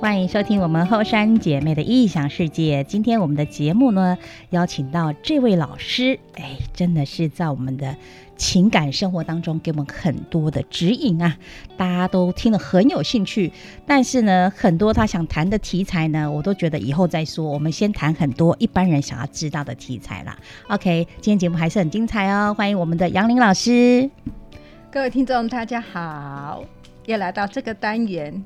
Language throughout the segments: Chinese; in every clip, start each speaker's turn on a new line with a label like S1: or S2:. S1: 欢迎收听我们后山姐妹的异想世界。今天我们的节目呢，邀请到这位老师，哎，真的是在我们的情感生活当中给我们很多的指引啊，大家都听了很有兴趣。但是呢，很多他想谈的题材呢，我都觉得以后再说，我们先谈很多一般人想要知道的题材啦。OK，今天节目还是很精彩哦，欢迎我们的杨玲老师。
S2: 各位听众，大家好，又来到这个单元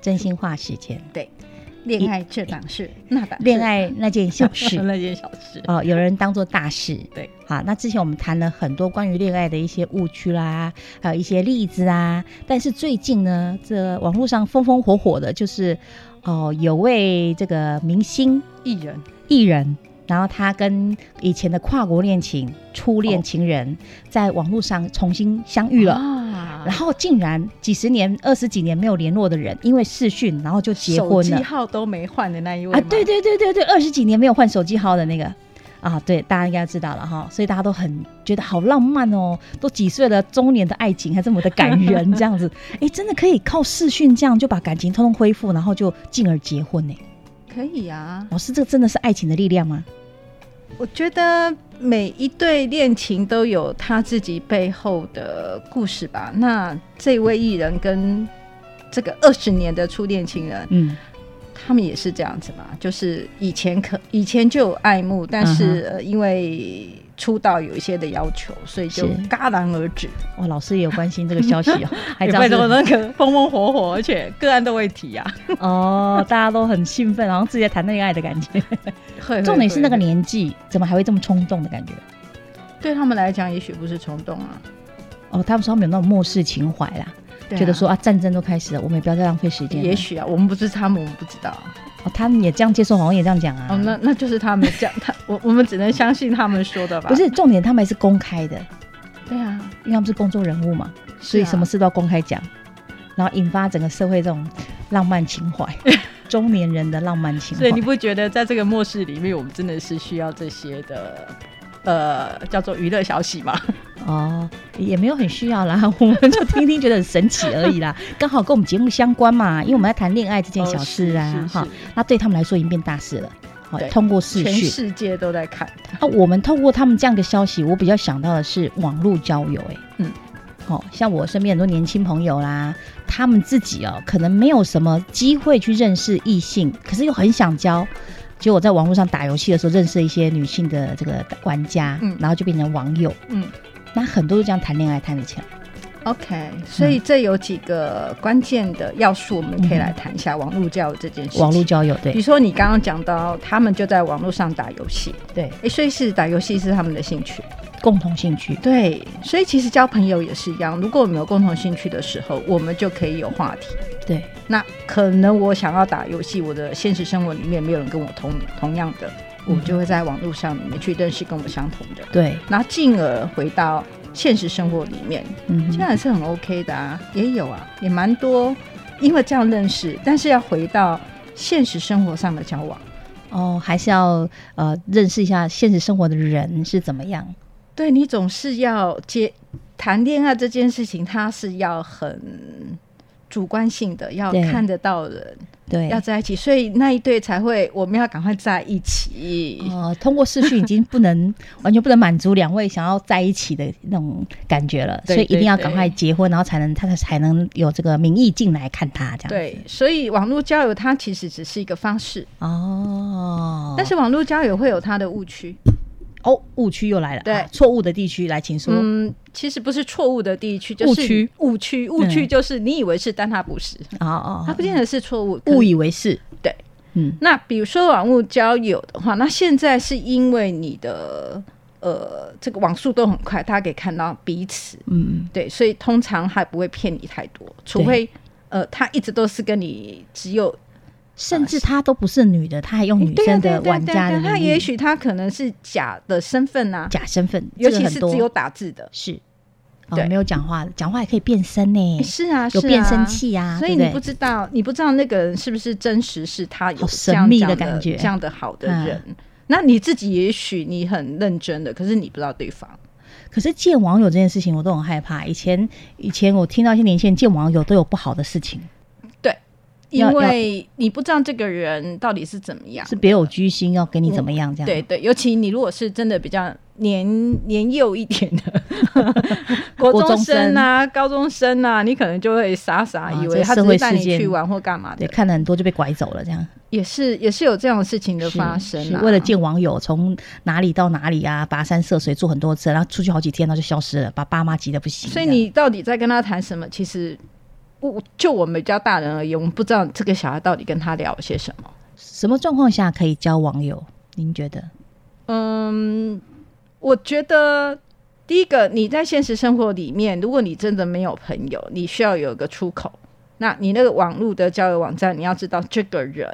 S1: 真心话时间，
S2: ——恋爱这档事，那档事
S1: 恋爱那件小事
S2: 那件小事，
S1: 哦，有人当做大事。
S2: 对，
S1: 好，那之前我们谈了很多关于恋爱的一些误区啦，还有一些例子啊。但是最近呢，这网络上风风火火的，就是哦、有位这个明星
S2: 艺人
S1: 艺人，然后他跟以前的跨国恋情、初恋情人，在网络上重新相遇了。
S2: 哦啊
S1: 然后竟然几十年、二十几年没有联络的人，因为视讯，然后就结
S2: 手
S1: 婚
S2: 机
S1: 了。
S2: 号都没换的那一位
S1: 啊，
S2: 吗
S1: 对，对对对对，二十几年没有换手机号的那个啊，对，大家应该知道了哈，所以大家都很觉得好浪漫哦，都几岁了，中年的爱情还这么的感人，这样子， 哎，真的可以靠视讯这样就把感情通通恢复，然后就进而结婚呢？
S2: 可以啊。
S1: 老师，这真的是爱情的力量吗？
S2: 我觉得每一对恋情都有他自己背后的故事吧。那这位艺人跟这个二十年的初恋情人，
S1: 嗯，
S2: 他们也是这样子嘛，就是以前可以前就有爱
S3: 嗯
S2: 慕，但是、呃、因为出道有一些的要求，所以就是戛然而止。
S1: 哇，老师也有关心这个消息 哦，还知道
S2: 也不会
S1: 是
S2: 说那个风风火火，而且个案都会提啊。
S1: 哦，大家都很兴奋，好像自己在谈恋爱的 感觉。
S2: 会
S1: 重点是那个
S2: 你
S1: 年纪，怎么还会这么冲动的感觉？
S2: 对他们来讲，也许不是冲动啊，
S1: 哦，他们说他们有那种末世情怀啦。
S2: 对啊
S1: 觉得说啊，战争都开始了，我们也不要再浪费时间了。
S2: 也许啊，我们不是他们，我们不知道。啊
S1: 哦，他们也这样接受，好像也这样讲啊。
S2: 哦，那那就是他们讲，他 我我们只能相信他们说的吧。
S1: 不，是重点，他们还是公开的，
S2: 对啊，
S1: 因为他们是公众人物嘛，所以
S2: 是啊
S1: 什么事都要公开讲，然后引发整个社会这种浪漫情 怀，中年人的浪漫情怀
S3: 所以。你不觉得在这个末世里面，我们真的是需要这些的，呃，叫做娱乐小喜吗？
S1: 哦，也没有很需要啦， 我们就听听觉得很神奇而已 啦，刚好跟我们节目相关嘛，因为我们在谈恋爱这
S2: 哦
S1: 件小事啊，哈、
S3: 哈，
S1: 那对他们来说已经变大事了。好，
S2: 对
S1: 通过视
S2: 全
S1: 讯
S2: 世界都在看。
S1: 啊，我们透过他们这样一个消息，我比较想到的是网络交友、哎，
S2: 嗯，
S1: 好、像我身边很多年轻朋友啦，他们自己哦，可能没有什么机会去认识异性，可是又很想交。结果我在网络上打游戏的时候，认识了一些女性的这个玩家，
S2: 嗯
S1: 然后就变成网友，
S2: 嗯，
S1: 那很多就这样谈恋爱谈得起来。
S2: OK，所
S1: 嗯
S2: 以这有几个关键的要素，我们可以来谈一下网络教育这件事情。
S1: 网络交友，
S2: 比
S1: 对
S2: 如说你刚刚讲到，他们就在网络上打游戏，
S1: 对，
S2: 诶，所以是打游戏是他们的兴趣。
S1: 共同兴趣，
S2: 对，所以其实交朋友也是一样，如果我们有共同兴趣的时候，我们就可以有话题。
S1: 对，
S2: 那可能我想要打游戏，我的现实生活里面没有人跟我同同样的，我就会在网络上里面去认识跟我相同的，
S1: 对，
S2: 然后进而回到现实生活里面，
S1: 嗯
S2: 这
S1: 哼，
S2: 样也是很 OK 的啊，也有啊，也蛮多，因为这样认识，但是要回到现实生活上的交往。
S1: 哦，还是要呃认识一下现实生活的人是怎么样，
S2: 对你总是要接谈恋爱这件事情，它是要很主观性的，要
S1: 对
S2: 看得到人，
S1: 对，
S2: 要在一起，所以那一对才会我们要赶快在一起。
S1: 哦，通过视讯已经不能完全不能满足两位想要在一起的那种感觉了，
S2: 对
S1: 所以一定要
S2: 对
S1: 赶快结婚，然后才能他才能有这个名义进来看他这样。，
S2: 对，所以网络交友它其实只是一个方式，
S1: 哦，
S2: 但是网络交友会有它的误区。
S1: 哦，误区又来了，
S2: 对
S1: 啊错误的地区来，请说。
S2: 嗯，其实不是错误的地区，就是
S3: 误区，
S2: 误区，误区
S1: 嗯
S2: 就是你以为是，但它不是，
S1: 哦哦，
S2: 它不见得是错误，
S1: 误以为是，
S2: 对，
S1: 嗯，
S2: 那比如说网络交友的话，那现在是因为你的呃这个网速都很快，大家可以看到彼此，
S1: 嗯，
S2: 对，所以通常还不会骗你太多，除非呃他一直都是跟你只有
S1: 甚至她都不是女的，她还用女
S2: 对啊
S1: 生
S2: 对啊
S1: 的
S2: 对啊
S1: 玩
S2: 对啊
S1: 家的
S2: 对啊他
S1: 名
S2: 也
S1: 义，
S2: 许他可能是假的身份呐、
S1: 假身份，
S2: 尤
S1: 这
S2: 其
S1: 个
S2: 是
S1: 很
S2: 只有
S1: 多
S2: 打字的，
S1: 是，哦
S2: 对，
S1: 没有讲话，讲话也可以变身呢
S2: 诶，是啊，是
S1: 有
S2: 啊
S1: 变声。器啊，
S2: 所以
S1: 对
S2: 你
S1: 不
S2: 不
S1: 对
S2: 知道，你不知道那个人是不是真实是他有
S1: 好
S2: 这
S1: 神
S2: 样
S1: 秘
S2: 这样
S1: 的
S2: 的
S1: 感觉嗯
S2: 这样的好的人。那你自己也许你很认真的，可是你不知道对方。
S1: 可是见网友这件事情，我都很
S2: 啊
S1: 害怕。以前以前我听到一些年轻人见网友都有不好的事情，
S2: 因
S1: 要要
S2: 为你不知道这个人到底是怎么样，
S1: 是别有居心，要给你怎么样这样？
S2: 对，对，尤其你如果是真的比较年年幼一点的 国
S1: 国
S2: 中
S1: 中
S2: 生啊、高中生啊，你可能就会傻傻
S1: 啊
S2: 以
S1: 这
S2: 为他
S1: 社
S2: 只
S1: 会
S2: 是带
S1: 事
S2: 你
S1: 件
S2: 去玩或干嘛的
S1: 对，，看了很多就被拐走了这样。
S2: 也是也是有这种事情的
S1: 是
S2: 发生
S1: 是
S2: 啊。
S1: 为了见网友，从哪里到哪里啊，跋山涉水做很多次，然后出去好几天，然后就消失了，把爸妈急得不行。
S2: 所以
S1: 这样
S2: 你到底在跟他谈什么？其实我就我们比较大人而言，我们不知道这个小孩到底跟他聊了些什么。
S1: 什么状况下可以交网友？您觉得？
S2: 嗯，我觉得第一个，你在现实生活里面，如果你真的没有朋友，你需要有一个出口。那你那个网络的交友网站，你要知道这个人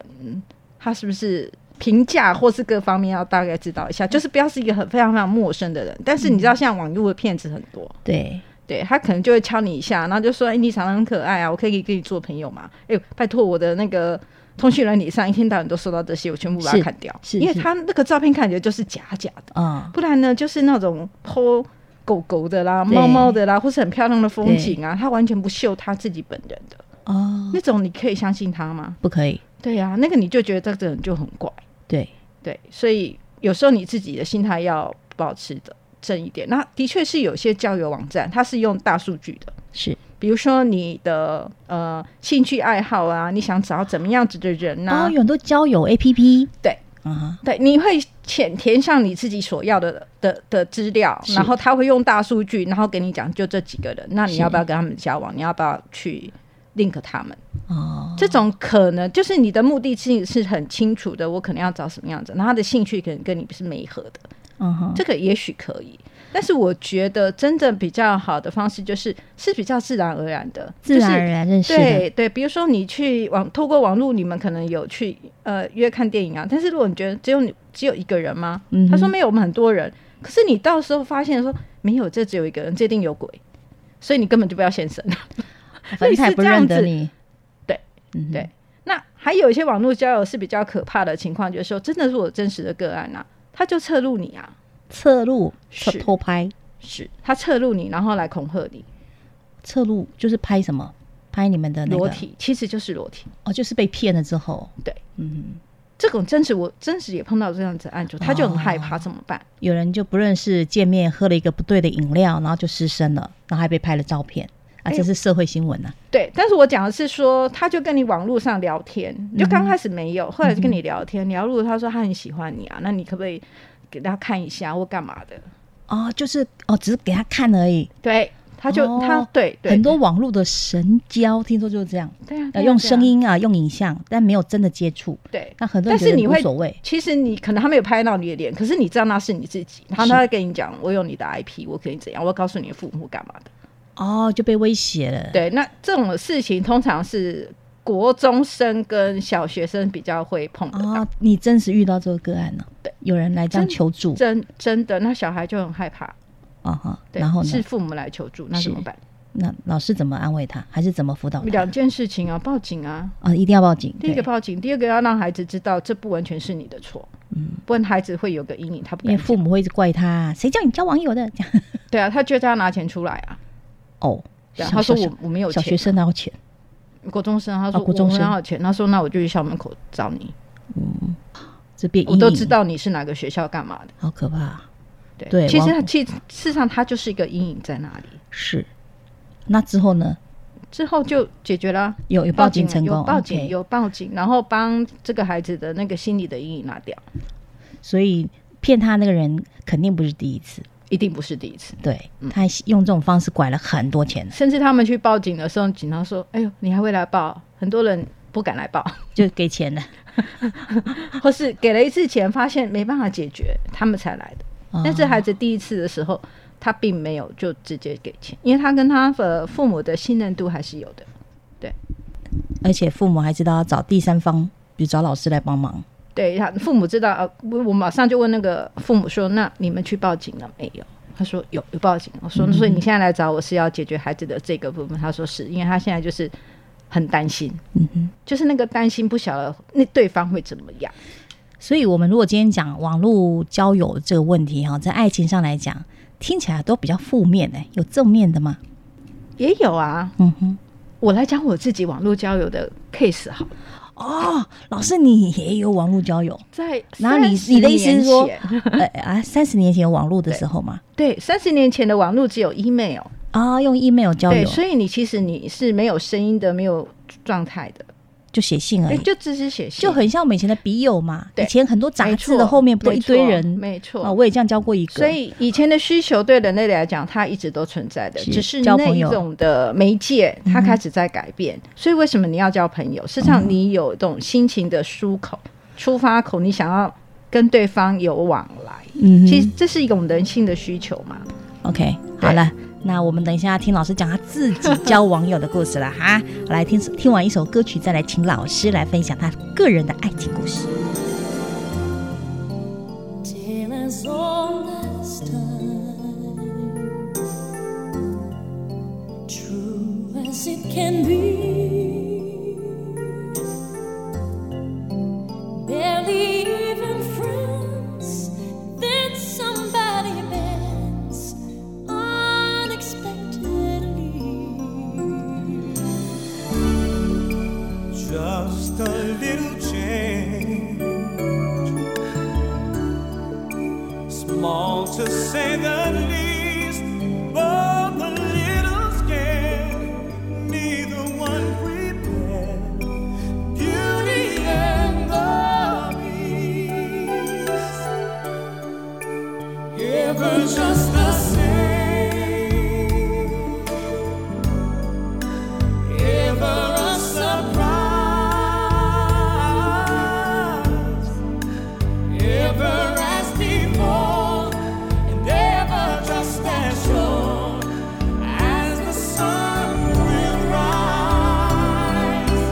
S2: 他是不是评价或是各方面要大概知道一下，就是不要是一个很非常非常陌生的人。但是你知道，像网络的骗子很多，
S1: 对，
S2: 对他可能就会敲你一下，然后就说：“哎、你长得很可爱啊，我可以跟你做朋友嘛？”哎、拜托我的那个通讯软体上一天到晚都收到这些，我全部把它
S1: 是
S2: 砍掉，
S1: 是
S2: 因为
S1: 是
S2: 他那个照片看起来就是假假的，
S1: 啊、
S2: 不然呢就是那种剖狗狗的啦、
S1: 对
S2: 猫猫的啦，或是很漂亮的风景啊，他完全不秀他自己本人的
S1: 哦，
S2: 那种，你可以相信他吗？
S1: 不可以，
S2: 对呀、那个你就觉得这个人就很怪，
S1: 对，
S2: 对，所以有时候你自己的心态要保持的正一点。那的确是有些交友网站，它是用大数据的。
S1: 是
S2: 比如说你的呃兴趣爱好啊，你想找怎么样子的人呐、
S1: 哦，有很多交友 A P P，
S2: 对，
S1: 啊哈、
S2: 对，你会填填上你自己所要的的的资料，
S1: 是
S2: 然后他会用大数据，然后给你讲就这几个人，那你
S1: 是
S2: 要不要跟他们交往？你要不要去 link 他们？
S1: 哦，
S2: 这种可能就是你的目的性是很清楚的，我可能要找什么样子，然后他的兴趣可能跟你是没合的，
S1: 嗯哼，
S2: 这个也许可以。但是我觉得真正比较好的方式就是是比较自然而然的，
S1: 自然
S2: 就是
S1: 而然认识的，
S2: 对对，比如说你去网透过网络，你们可能有去呃约看电影啊，但是如果你觉得只有你只有一个人吗？
S1: 嗯哼
S2: 他说没有，我们很多人。可是你到时候发现说没有，这只有一个人，这一定有鬼，所以你根本就不要 现身。
S1: 反正他也不认得
S2: 类似这
S1: 你，
S2: 对，
S1: 嗯哼
S2: 对那还有一些网络交友是比较可怕的情况，就是说真的是我真实的个案啊，他就侧录你啊，
S1: 侧录偷
S2: 是
S1: 偷拍，
S2: 是他侧录你，然后来恐吓你
S1: 侧录就是拍什么？拍你们的那个
S2: 裸体，其实就是裸体。
S1: 哦，就是被骗了之后，
S2: 对，
S1: 嗯，
S2: 这种真实我真实也碰到这样子的案主，他就很害怕，
S1: 哦
S2: 怎么办？
S1: 有人就不认识，见面喝了一个不对的饮料，然后就失身了，然后还被拍了照片啊，
S2: 哎
S1: 这是社会新闻呐、啊
S2: 对，但是我讲的是说，他就跟你网络上聊天，
S1: 嗯
S2: 就刚开始没有，后来就跟你聊天，聊路他说他很喜欢你啊，那你可不可以给他看一下或干嘛的？
S1: 哦，就是哦，只是给他看而已。
S2: 对，他就、
S1: 哦
S2: 他对对
S1: 很多网络的神交，听说就是这样，
S2: 对啊，
S1: 呃，
S2: 对啊
S1: 用声音啊，用影像，但没有真的接触。
S2: 对啊
S1: 那很
S2: 对，
S1: 多人
S2: 但
S1: 觉
S2: 是
S1: 得
S2: 你
S1: 无
S2: 会
S1: 所谓，
S2: 其实你可能他没有拍到你的脸，可是你知道那是你自己，然后他会跟你讲，我有你的 IP，我可以怎样，我告诉你的父母干嘛的。
S1: 哦，就被威胁了。
S2: 对，那这种事情通常是国中生跟小学生比较会碰得到。
S1: 啊、你真实遇到这个个案呢、
S2: 对，
S1: 有人来这样
S2: 真
S1: 求助
S2: 真真的，那小孩就很害怕，
S1: 啊哈，
S2: 对
S1: 然后呢
S2: 是，父母来求助，那
S1: 是
S2: 怎么办？
S1: 那老师怎么安慰他，还是怎么辅导他？
S2: 两件事情啊，报警啊，
S1: 啊，一定要报警。
S2: 第一个
S1: 对
S2: 报警，第二个要让孩子知道这不完全是你的错，嗯，不然孩子会有个阴影，他不
S1: 因为
S2: 敢
S1: 父
S2: 讲。
S1: 母会一直怪他，谁叫你交网友的？ 这样
S2: 对啊，他觉得他要拿钱出来啊，
S1: 哦，
S2: 对啊，
S1: 小
S2: 他说
S1: 小
S2: 我我没有
S1: 小学
S2: 钱，
S1: 生哪有钱？
S2: 国中生，他
S1: 啊
S2: 说
S1: 国中
S2: 我
S1: 生
S2: 哪有钱，他说那我就去校门口找你，
S1: 这边
S2: 我都知，道你是哪个学校干嘛的，
S1: 好可怕。
S2: 对，
S1: 对
S2: 其实
S1: 我
S2: 他其实事实上他就是一个阴影在那里，
S1: 是，那之后呢？
S2: 之后就解决了啊。
S1: 有有
S2: 报
S1: 报
S2: 警
S1: 警成功，
S2: 有报警
S1: OK
S2: 有报警，然后帮这个孩子的那个心理的阴影拿掉，
S1: 所以骗他那个人肯定不是第一次，
S2: 一定不是第一次。
S1: 对、
S2: 嗯
S1: 他用这种方式拐了很多钱，
S2: 甚至他们去报警的时候，警察说：“哎呦，你还会来报？”很多人不敢来报，
S1: 就给钱了。
S2: 或是给了一次钱，发现没办法解决，他们才来的。但是
S1: 哦
S2: 孩子第一次的时候，他并没有就直接给钱，因为他跟他的父母的信任度还是有的。
S1: 而且父母还知道要找第三方，比如找老师来帮忙。
S2: 对他父母知道，呃，我我马上就问那个父母说：“那你们去报警了没有？”他说：“有，有报警。”我说：“所以你现在来找我是要解决孩子的这个部分？”他说：“是，因为他现在就是很担心，
S1: 嗯哼，
S2: 就是那个担心不晓得那对方会怎么样。”
S1: 所以我们如果今天讲网络交友这个问题哈，在爱情上来讲，欸听起来都比较负面哎、有正面的吗？
S2: 也有啊，
S1: 嗯哼，
S2: 我来讲我自己网络交友的 case 好了，
S1: 哦，老师你也有网络交友？
S2: 在
S1: 然后你你的意思是说
S2: 30年前，
S1: 呃啊，三十年前有网络的时候嘛，
S2: 对，三十年前的网络只有 email，
S1: 啊，用 email 交
S2: 对，
S1: 友，
S2: 所以你其实你是没有声音的，没有状态的，
S1: 就写信而
S2: 哎，
S1: 已，
S2: 就只是写信，
S1: 就很像我们以前的笔友嘛。
S2: 对
S1: 以前很多杂
S2: 没
S1: 志的
S2: 错
S1: 后面不都
S2: 没
S1: 一堆
S2: 错
S1: 人
S2: 没错
S1: 啊？我也这样交过一个，
S2: 所以以前的需求对人类来讲，它一直都存在的，
S1: 是
S2: 只是
S1: 交
S2: 那
S1: 朋
S2: 一
S1: 友
S2: 种的媒介，它开始在改变。所以为什么你要交朋友？事实
S1: 嗯
S2: 上，你有一种心情的出口、出发口，你想要跟对方有往来，
S1: 嗯哼，
S2: 其实这是一种人性的需求嘛。
S1: OK，
S2: 对
S1: 好了，那我们等一下听老师讲他自己交网友的故事了哈。 好来听听完一首歌曲，再来请老师来分享他个人的爱情故事。
S4: Dear as old as time, true as it can be, barely even friends. Then somebody bends unexpectedly.
S5: Just a little change, small to say the least, but a little scared. Neither one prepared. Beauty and the Beast, ever just the same ever a surprise, ever as before, and ever just as sure as the sun will rise.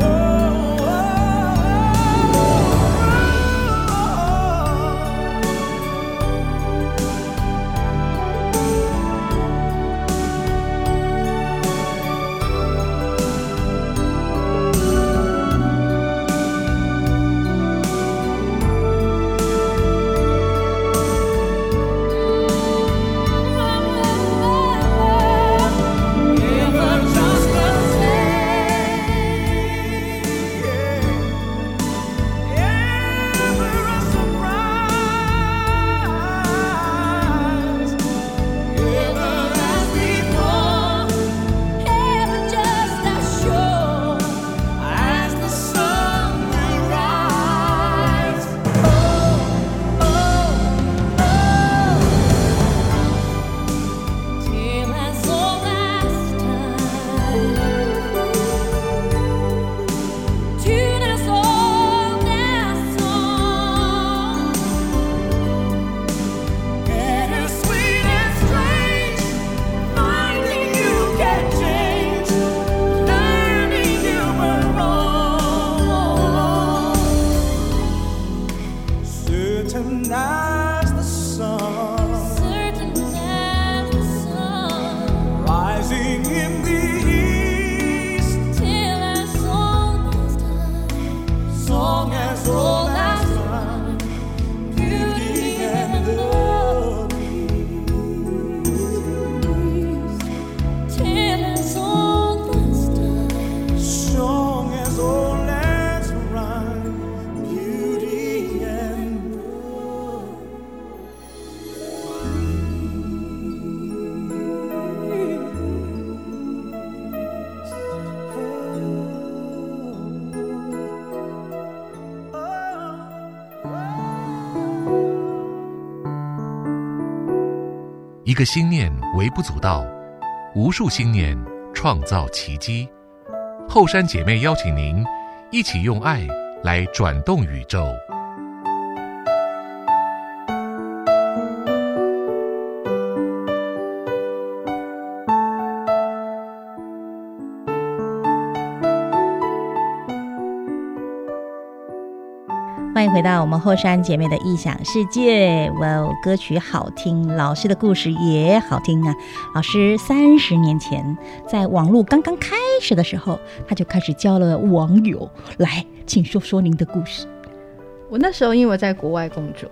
S5: Oh, Whoa, oh, whoa, whoa. Ever just the same, ever a surprise, ever as before, ever just as sure as the sun will rise. Oh, oh, oh. Till as old as time, tune as
S4: Oh,
S5: old as song, bittersweet and strange, finding you can change, learning you were wrong, Certain as the sun.
S4: certain as the sun.
S5: Rising in the east,
S4: Till as old as time,
S5: song as old as time, beauty and the beast,
S4: till as old as time.
S5: song as old as rhyme, beauty and the Oh.
S6: 一个心念微不足道，无数心念创造奇迹。后山姐妹邀请您一起用爱来转动宇宙。
S1: 欢迎回到我们后山姐妹的异想世界。哇哦，歌曲好听，老师的故事也好听啊。老师三十年前在网络刚刚开始的时候，他就开始交了网友。来，请说说您的故事。
S2: 我那时候因为在国外工作，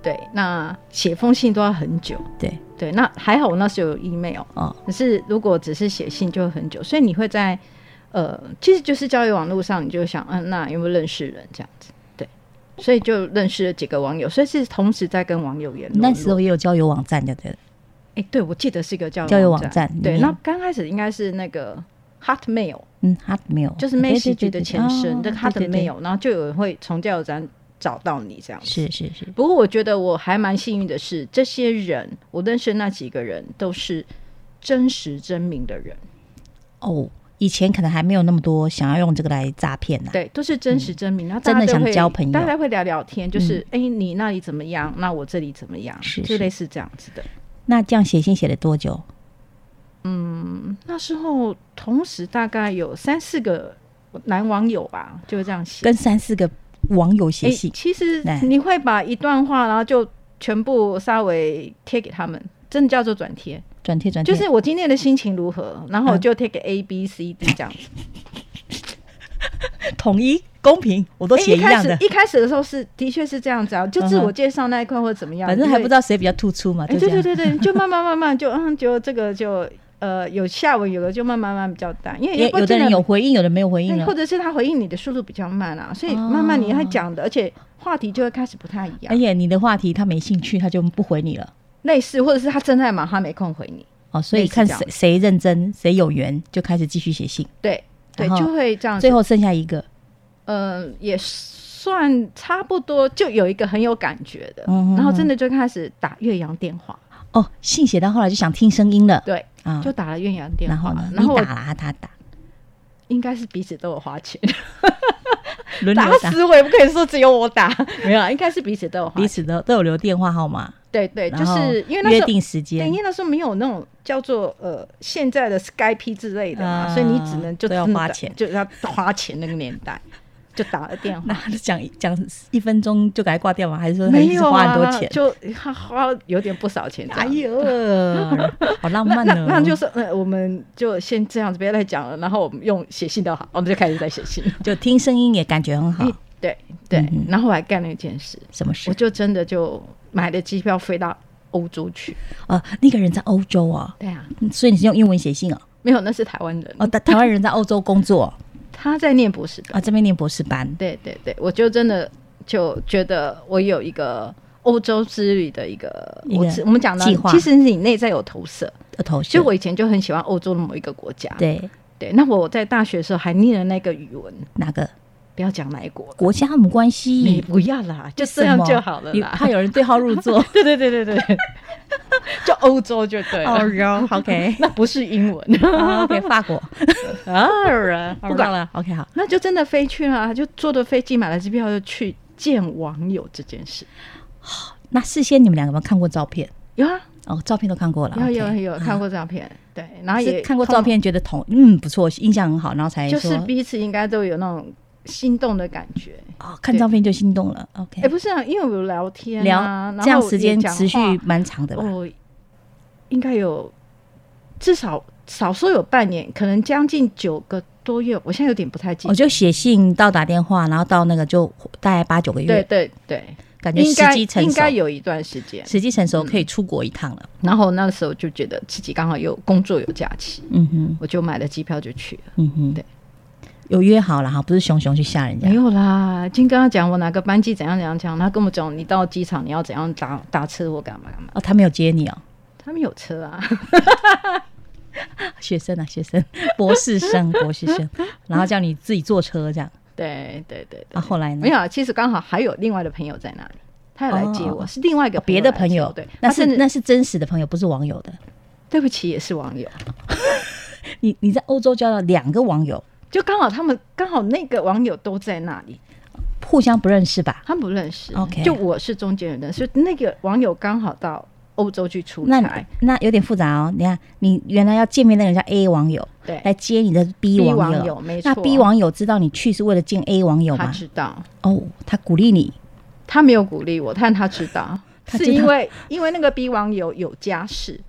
S2: 对，那写封信都要很久，
S1: 对，
S2: 对，那还好我那时候有 email，
S1: 哦，
S2: 可是如果只是写信就会很久，所以你会在呃，其实就是交友网络上，你就想，嗯、那有没有认识人这样子？对，所以就认识了几个网友，所以是同时在跟网友联络。
S1: 那时候也有交友网站，对不对了？
S2: 哎、对，我记得是一个交友
S1: 交友网
S2: 站。
S1: 站
S2: 对，
S1: 里面
S2: 那刚开始应该是那个 Hotmail，
S1: 嗯，Hotmail
S2: 就是
S1: 对对
S2: Message
S1: 对
S2: 的
S1: 对
S2: 前身，
S1: 哦
S2: 这个
S1: 对对对
S2: Hotmail，然后就有人会从交友站找到你这样子。
S1: 是是是，
S2: 不过我觉得我还蛮幸运的是，这些人我认识的那几个人都是真实真名的人，
S1: 哦，以前可能还没有那么多想要用这个来诈骗啊呢。
S2: 对，都是真实真名，然后
S1: 嗯真的
S2: 大家都
S1: 想
S2: 会
S1: 交朋友嗯
S2: 大家会聊聊天，就是哎、诶你那里怎么样？那我这里怎么样？
S1: 是
S2: 就是类似这样子的。
S1: 那这样写信写了多久？
S2: 那时候同时大概有三四个男网友吧，就这样写，
S1: 跟三四个网友写
S2: 诶
S1: 信，
S2: 其实
S1: 对
S2: 你会把一段话，然后就全部稍微贴给他们，真的叫做转贴。
S1: 转贴转贴，
S2: 就是我今天的心情如何，然后我
S1: 嗯
S2: 就贴给 A、B、C、D 这样子。
S1: 统一公平，我都
S2: 诶
S1: 写
S2: 一
S1: 一
S2: 开
S1: 样
S2: 始
S1: 的，
S2: 哎一开始的时候是的确是这样子啊，就自
S1: 嗯哼
S2: 我介绍那一块或者怎么样，
S1: 反正还不知
S2: 道。
S1: 道谁比较突出嘛，
S2: 哎、
S1: 就这
S2: 对对
S1: 样。
S2: 对对，就慢慢慢慢就嗯，就这个就呃有下文，有的就慢慢慢慢比较大，因为
S1: 也有的人有。回应，有的没有回应啊哦
S2: 哎
S1: 了
S2: 或。者是他回应你的速度比较慢啊，所以慢慢你要讲的，而且话题就会开始不太一样
S1: 而，且哎你的话题他没兴趣，他就不回你了。
S2: 类似或者是他正在忙，他没空回你，
S1: 哦，所以
S2: 类似
S1: 看
S2: 这样
S1: 谁谁认真，谁有缘，就开始继续写信。
S2: 对对，
S1: 然后
S2: 就会这样子。
S1: 最后剩下一个，
S2: 呃，也算差不多，就有一个很有感觉的，
S1: 嗯哼
S2: 然后真的就开始打岳阳电话，
S1: 哦，信写到后来就想听声音了
S2: 对，
S1: 啊
S2: 就。打了岳阳电
S1: 然
S2: 话
S1: 后呢，，你
S2: 然后
S1: 打
S2: 我
S1: 啦，他打，
S2: 应该是彼此都有花 钱，
S1: 轮
S2: 打
S1: 流打，
S2: 死我也不可以说只有 我打，没有啊，应该是彼此都有花
S1: 彼此
S2: 钱，
S1: 都都有留电话号码，
S2: 对对，
S1: 然
S2: 就
S1: 后
S2: 是因为那时
S1: 约
S2: 候。
S1: 定时
S2: 对，
S1: 间
S2: 因为那时候没有那种叫做呃现在的 Skype 之类的嘛，
S1: 啊
S2: 所以你只能就
S1: 都要
S2: 真的
S1: 花
S2: 打
S1: 钱
S2: 就要花钱那个年代，就打了电
S1: 那
S2: 话。
S1: 他就讲讲一分钟就给他挂掉吗？还是说还
S2: 没
S1: 是
S2: 有
S1: 花
S2: 啊，
S1: 很多钱？
S2: 就他花了有点不少钱这 样。
S1: 哎 呦，好浪
S2: 那
S1: 漫
S2: 啊那
S1: 哦！
S2: 那就是呃，我们就先这样子，不要再讲了。然后我们用写信的好，我们就开始在写信。
S1: 就听声音也感觉很好。
S2: 对对
S1: 嗯，
S2: 然后我还干了一件事，
S1: 什么
S2: 我
S1: 事？
S2: 就真的就买了机票飞到欧洲去。
S1: 哦，那个人在欧洲哦，
S2: 对啊，
S1: 嗯所以你是用英文写信哦。
S2: 没有，那是台湾人，
S1: 哦，台台湾人在欧洲工 作哦
S2: 他在念博士班。
S1: 啊，这边念博士班。
S2: 对对对，我就真的就觉得我有一个欧洲之旅的一个，
S1: 一个
S2: 我只我们讲到
S1: 计，划
S2: 其实你内在有投射。
S1: 的头
S2: 其实
S1: 绪。
S2: 我以前就很喜欢欧洲的某一个国家。
S1: 对
S2: 对，那我在大学的时候还念了那个语文，
S1: 哪个
S2: 不要讲哪一国了。
S1: 国家没关
S2: 你
S1: 系？
S2: 不要啦，就这样就好了
S1: 你
S2: 啦。
S1: 怕有人对号入座
S2: 对对对对对， 就欧洲就对了。
S1: 哟，OK 哦
S2: 那哦不是英文
S1: 啊 OK，法国
S2: 啊，
S1: 不
S2: 不
S1: 管
S2: 管，
S1: 了，OK 好。
S2: 那就真的飞去了啊，就坐的飞机，买了机票就去见网友这件事。
S1: 那事先你们两个有没有看过照片？
S2: 有啊，
S1: 哦，照片都看过了，
S2: 有有
S1: OK
S2: 有啊看过照片，对，然后
S1: 啊
S2: 也
S1: 是看过
S2: 通
S1: 照，片，觉得同嗯不错，印象很好，然后才
S2: 就
S1: 说
S2: 是彼此应该都有那种心动的感觉。
S1: 哦，看照片就心动了，OK
S2: 哎、。不是啊，因为有聊天、啊，
S1: 聊
S2: 然后
S1: 这样
S2: 也
S1: 时间
S2: 讲
S1: 持续
S2: 话
S1: 蛮长的吧？
S2: 哦，应该有至少少说有半年，可能将近九个多月，我现在有点不太记
S1: 我
S2: 得。
S1: 就写信到打电话，然后到那个就大概八九个
S2: 对
S1: 月，
S2: 对对，
S1: 感觉
S2: 应
S1: 时
S2: 该
S1: 机成
S2: 应
S1: 熟
S2: 该，有嗯一段时间。
S1: 时机成熟可以出国一趟了。
S2: 然后那时候就觉得自己刚好有工作有假期，
S1: 嗯哼，
S2: 我就买了机票就去了。
S1: 嗯哼，
S2: 对，
S1: 有约好了哈，不是熊熊去吓人家
S2: 没。有啦，已经跟他讲我哪个班机怎样怎样讲，他跟我讲你到机场你要怎样打打车或干嘛干嘛。
S1: 哦，他没有接你哦，
S2: 他们有车啊，
S1: 学生啊，学生， 博士 生，博士生，然后叫你自己坐车这样。
S2: 对对对对，
S1: 啊，后来呢？
S2: 没有啊，其实刚好还有另外的朋友在那里，他也来接我，
S1: 哦
S2: 是另外一个
S1: 哦别的朋
S2: 友
S1: 友
S2: 来接我，对，
S1: 那
S2: 他
S1: 是
S2: 真的
S1: 那是真实的朋友，不是网友的。
S2: 对不起，也是网友，
S1: 你你在欧洲交到两个网友，
S2: 就刚好他们刚好那个网友都在那里，
S1: 互相不认识吧？
S2: 他们不认识
S1: OK
S2: 就我是中间人，所以那个网友刚好到欧洲去出
S1: 那
S2: 差，
S1: 那有点复杂哦。你看，你原来要见面那个人叫 A 网友，
S2: 对
S1: 来接你的 B
S2: ，B
S1: 网
S2: 网
S1: 友
S2: 友，没错
S1: 那 B 网友知道你去是为了见 A 网友
S2: 他
S1: 吗？
S2: 知道，
S1: 哦，他鼓励你，
S2: 他没有鼓励我，但他知道。
S1: 他
S2: 是
S1: 知道
S2: 因为因为那个 B 网友有家室，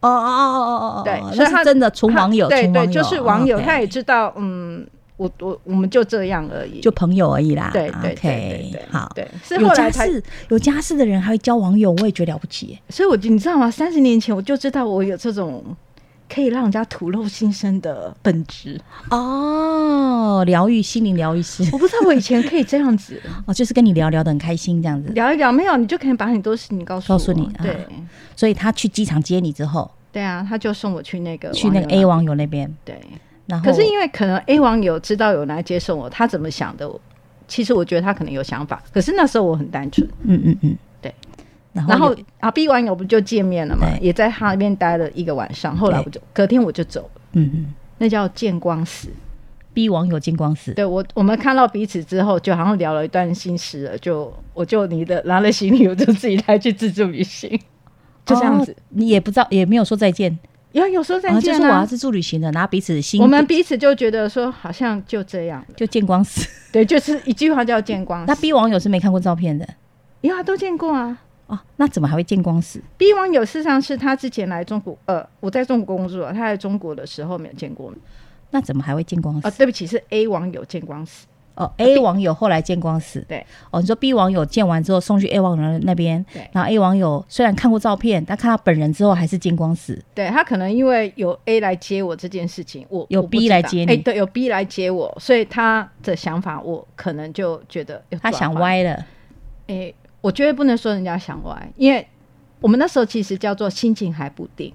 S1: 哦哦哦哦哦哦，
S2: 对
S1: 哦
S2: 所以
S1: 那
S2: 他
S1: 是真的纯
S2: 他
S1: 网友，
S2: 对
S1: 纯
S2: 对，
S1: 网友，
S2: 就是网友，
S1: 哦，OK
S2: 他也知道，嗯，我我我们就这样而已。
S1: 就朋友而已啦。
S2: 对对
S1: o
S2: 对对
S1: k
S2: 对，
S1: 好。
S2: 对，是
S1: 有
S2: 后
S1: 家
S2: 来才，
S1: 室有家室的人还会交网友，我也觉得了不起耶。
S2: 所以我就你知道吗？三十年前我就知道我有这种可以让人家吐露心声的本质。
S1: 哦，疗愈心灵疗愈师
S2: 我不知道我以前可以这样子
S1: 哦，就是跟你聊聊的很开心这样子。
S2: 聊一聊，没有你就可以把很多事情告诉我
S1: 告诉你啊
S2: 对
S1: 所以他去机场接你之后，
S2: 对啊，他就送我去那个
S1: 去那个
S2: 友
S1: A 哦网友那边，
S2: 那对。
S1: 然后
S2: 可是因为可能 A 网友知道有人来接送我，他怎么想的？我其实我觉得他可能有想法，可是那时候我很单纯。
S1: 嗯嗯嗯，
S2: 对。
S1: 然后
S2: 然后
S1: 有
S2: 啊，B 网友不就见面了嘛，
S1: 对
S2: 也在他那边待了一个晚上。后来我就隔天我就走了，
S1: 嗯嗯
S2: 那叫见光死。
S1: 逼网友见光死，
S2: 对我，我们看到彼此之后，就好像聊了一段心事了，就我就你的拿了行李，我就自己来去自助旅行，就这样子
S1: 哦。，你也不知道也没有说再见，
S2: 因为有时候再
S1: 啊就
S2: 见
S1: 是我
S2: 啊，
S1: 要是住旅行的，然后彼此心
S2: 我们彼此就觉得说好像就这样了，
S1: 就见光死。
S2: 对，就是一句话叫见光死。
S1: 那 B 网友是没看过照片的
S2: 因为他都见过啊。
S1: 哦，那怎么还会见光死？
S2: B 网友事实上是他之前来中国，呃，我在中国工作，他在中国的时候没有见过面
S1: 那怎么还会见光
S2: 啊、
S1: 死？
S2: 对不起，是 A 网友见光死，
S1: 哦，A 网友后来见光死，
S2: 啊对，
S1: 哦，你说 B 网友见完之后送去 A 网友那边
S2: 对，
S1: 然后 A 网友虽然看过照片，但看到本人之后还是见光死，
S2: 对他可能因为有 A 来接我这件事情，我
S1: 有
S2: 我不
S1: B
S2: 知道
S1: 来接你
S2: 哎、对，有 B 来接我，所以他的想法我可能就觉得有
S1: 他
S2: 转
S1: 想
S2: 换，
S1: 歪了，
S2: 哎、我绝对不能说人家想歪，因为我们那时候其实叫做心情还不定，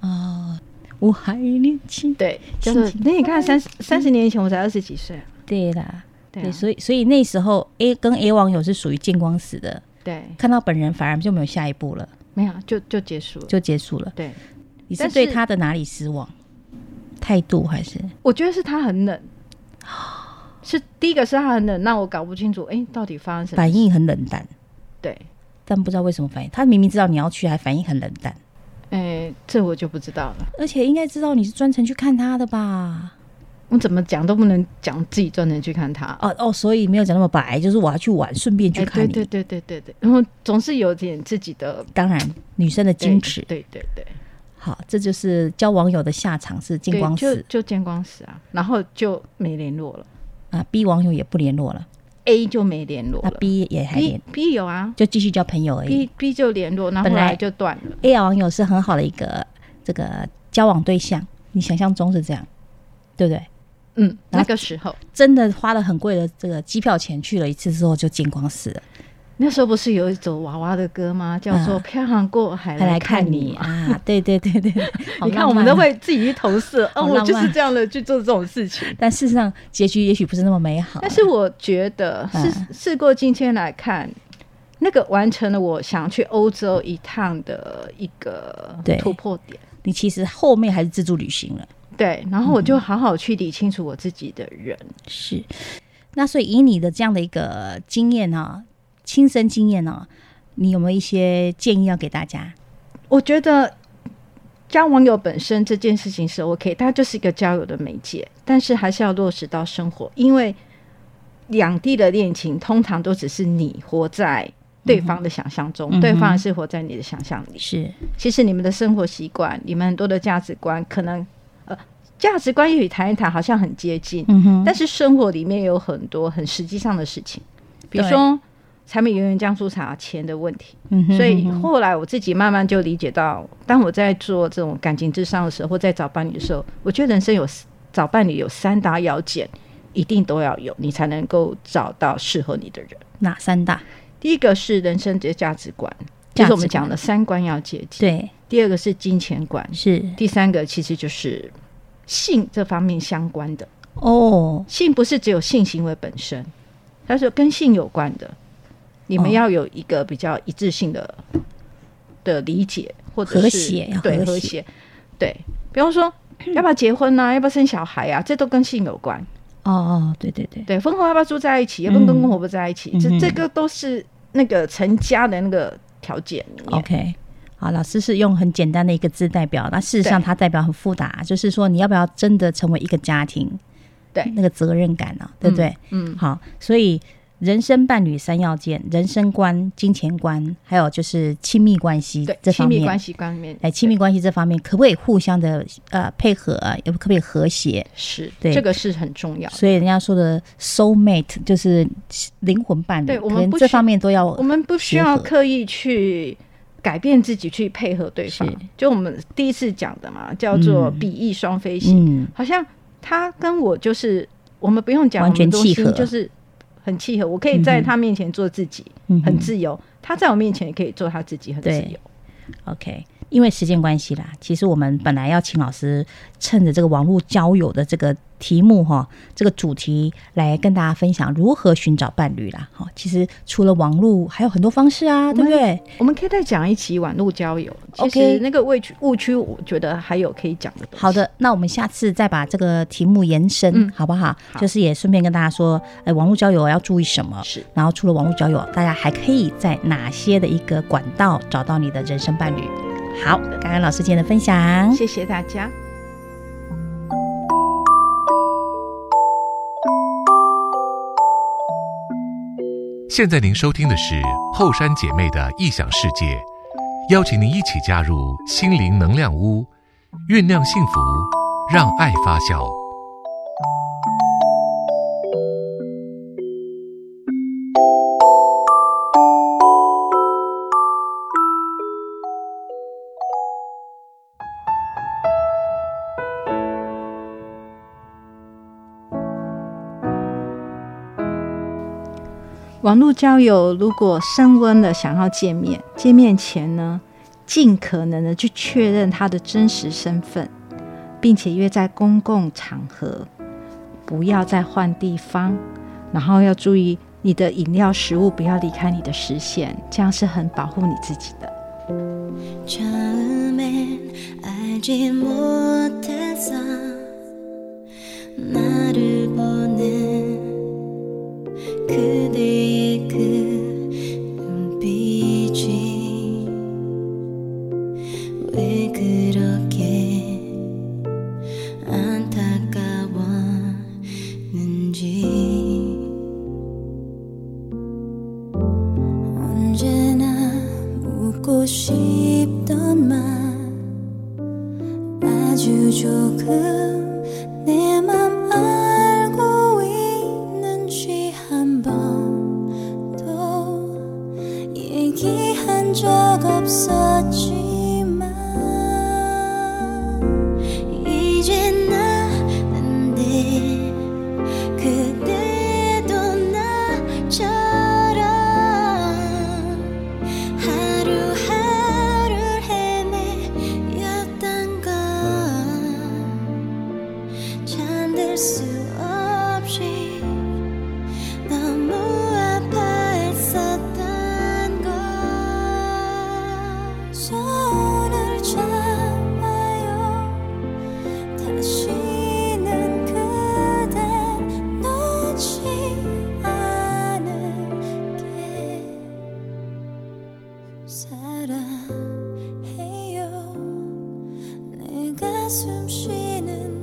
S1: 哦，我还年轻，
S2: 对，就是
S1: 心情
S2: 那你看三
S1: 嗯
S2: 三十年前我才二十几岁啊，
S1: 对啦，
S2: 对啊
S1: 对，所以所以那时候 A 跟 A 网友是属于见光死的，
S2: 对，
S1: 看到本人反而就没有下一步了，
S2: 没有就就结束了，
S1: 就结束了。
S2: 对。
S1: 你是
S2: 但是嗯
S1: 对他的哪里失望？态度还是
S2: 我觉得是他 很冷，是第一个是他很冷，让我搞不清楚，哎、到底发生什么
S1: 反
S2: 事？
S1: 应很冷淡？
S2: 对，
S1: 但不知道为什么反应，他明明知道你要去，还反应很冷淡，
S2: 哎、这我就不知道了。
S1: 而且应该知道你是专程去看他的吧？
S2: 我怎么讲都不能讲自己专程去看他。
S1: 哦哦，所以没有讲那么白，就是我要去玩，顺便去
S2: 哎，
S1: 看
S2: 对
S1: 你。
S2: 对对对对对，然后总是有点自己的
S1: 当然，女生的矜持，
S2: 对对对，
S1: 好，这就是交网友的下场是见
S2: 对
S1: 光
S2: 就
S1: 死
S2: 就见光死啊，然后就没联络了
S1: 啊，B 网友也不联络了，
S2: ，A 就没联络
S1: 那
S2: 了
S1: B 也还联
S2: B，B 有啊
S1: 就继续交朋友而已
S2: ，B。B 就联络，然后
S1: 本
S2: 后
S1: 来
S2: 嗯来就断了。
S1: A 网友是很好的一个这个交往对象，你想象中是这样，对不对？
S2: 嗯，
S1: 然
S2: 那
S1: 后
S2: 个时候，
S1: 真的花了很贵的这个机票钱去了一次之后就见光死了，
S2: 那时候不是有一首娃娃的歌吗？叫做
S1: 啊
S2: 《漂洋过海
S1: 还来
S2: 嗯来
S1: 看
S2: 看
S1: 你
S2: 你》 嘛。
S1: 啊！对对对 对，好
S2: 你看，
S1: 浪
S2: 我们都
S1: 漫啊。
S2: 会自己去投射，哦，
S1: 好
S2: 我
S1: 浪
S2: 就是
S1: 漫
S2: 这样的去做这种事情。
S1: 但事实上，结局也许不是那么美好。啊
S2: 但是我觉得，
S1: 嗯
S2: 事事过今天来看，那个完成了我想去欧洲一趟的一个
S1: 对
S2: 突破点。
S1: 你其实后面还是自助旅行了。
S2: 对，然后我就好好去理清楚我自己的人。
S1: 是，那所以以你的这样的一个经验啊，亲身经验啊，你有没有一些建议要给大家？
S2: 我觉得交网友本身这件事情是 OK，它就是一个交友的媒介，但是还是要落实到生活，因为两地的恋情通常都只是你活在对方的想象中，
S1: 嗯哼
S2: 对方是活在你的想象里。
S1: 是
S2: 其实你们的生活习惯，你们很多的价值观，可能呃价值观也许谈一谈好像很接近，
S1: 嗯哼，
S2: 但是生活里面有很多很实际上的事情，比如说柴米油盐酱醋茶钱的问题。
S1: 嗯哼
S2: 所以
S1: 嗯哼
S2: 后来我自己慢慢就理解到，当我在做这种感情智商的时候，或在找伴侣的时候，我觉得人生有找伴侣有三大要件，一定都要有，你才能够找到适合你的人。
S1: 哪三大？
S2: 第一个是人生的价值观，
S1: 价值观
S2: 就是我们讲的三观要接近；
S1: 对，
S2: 第二个是金钱观；
S1: 是
S2: 第三个其实就是性这方面相关的。
S1: 哦，
S2: 性不是只有性行为本身，他说跟性有关的，你们
S1: 哦
S2: 要有一个比较一致性的、的理解，或者是
S1: 和谐要
S2: 对
S1: 和
S2: 和
S1: 谐
S2: 谐，对，比 方说要不要结婚啊，要不要生小孩啊，这都跟性有关。
S1: 哦哦，对对对，
S2: 对，婚后要不要住在一起，要不要跟公婆不在一起，
S1: 嗯哼
S2: 这这个都是那个成家的那个条件里面。嗯
S1: OK，好，老师是用很简单的一个字代表，那事实上
S2: 对
S1: 它代表很复杂，就是说你要不要真的成为一个家庭，
S2: 对
S1: 那个责任感啊，对不对？
S2: 嗯，
S1: 好，所以人生伴侣三要件：人生观、金钱观，还有就是亲密关系
S2: 对
S1: 这
S2: 亲
S1: 方
S2: 密
S1: 面。
S2: 关系观面，
S1: 哎，亲密关系这方面可不可以互相的呃配合，也可不可以和谐？
S2: 是
S1: 对
S2: 这个是很重要的。
S1: 所以人家说的 soul mate 就是灵魂伴侣，
S2: 对我
S1: 可
S2: 们
S1: 能
S2: 不
S1: 这
S2: 需
S1: 方面都要
S2: 我们不需
S1: 结
S2: 要
S1: 合
S2: 刻意去改变自己去配合对方
S1: 是。
S2: 就我们第一次讲的嘛，叫做
S1: 嗯
S2: 比翼双飞行，
S1: 嗯
S2: 好像他跟我就是我们不用讲，
S1: 完全
S2: 我们东西
S1: 契合
S2: 就是很契合。我可以在他面前做自己，
S1: 嗯
S2: 很
S1: 哼
S2: 自由；他在我面前也可以做他自己，很自
S1: 对
S2: 由。
S1: OK，因为时间关系啦，其实我们本来要请老师趁着这个网络交友的这个题目哈，这个主题来跟大家分享如何寻找伴侣啦。哈，其实除了网络，还有很多方式啊，对不对？
S2: 我们可以再讲一期网络交友。其
S1: OK
S2: 实那个误区，误区我觉得还有可以讲的东西。
S1: 好，的，那我们下次再把这个题目延伸，
S2: 嗯
S1: 好不好？
S2: 好
S1: 就是也顺便跟大家说，哎，网络交友要注意什么？
S2: 是
S1: 然后除了网络交友，大家还可以在哪些的一个管道找到你的人生伴侣？好，感恩老师今天的分享，
S2: 谢谢大家。
S6: 现在您收听的是后山姐妹的异想世界，邀请您一起加入心灵能量屋，酝酿幸福，让爱发酵。
S2: 网络交友如果升温了，想要见面，见面前呢，尽可能的去确认他的真实身份，并且约在公共场合，不要再换地方，然后要注意你的饮料、食物不要离开你的视线，这样是很保护你自己的。
S4: 처음엔 알지 못했어 나를 보는 그대의 그 눈빛이 왜 그렇게 안타까웠는지 언제나 묻고 싶던 말 아주 조금 내 맘 알고 있는지 한 번 더 얘기한 적 없었지만 이제 나는데 그대도 나처럼 하루하루를 헤매였던 건 잠들 수 없이 너무 아파했었던 걸 손을 잡아요 다시는 그대 놓지 않을게 사랑해요 내 가슴 쉬는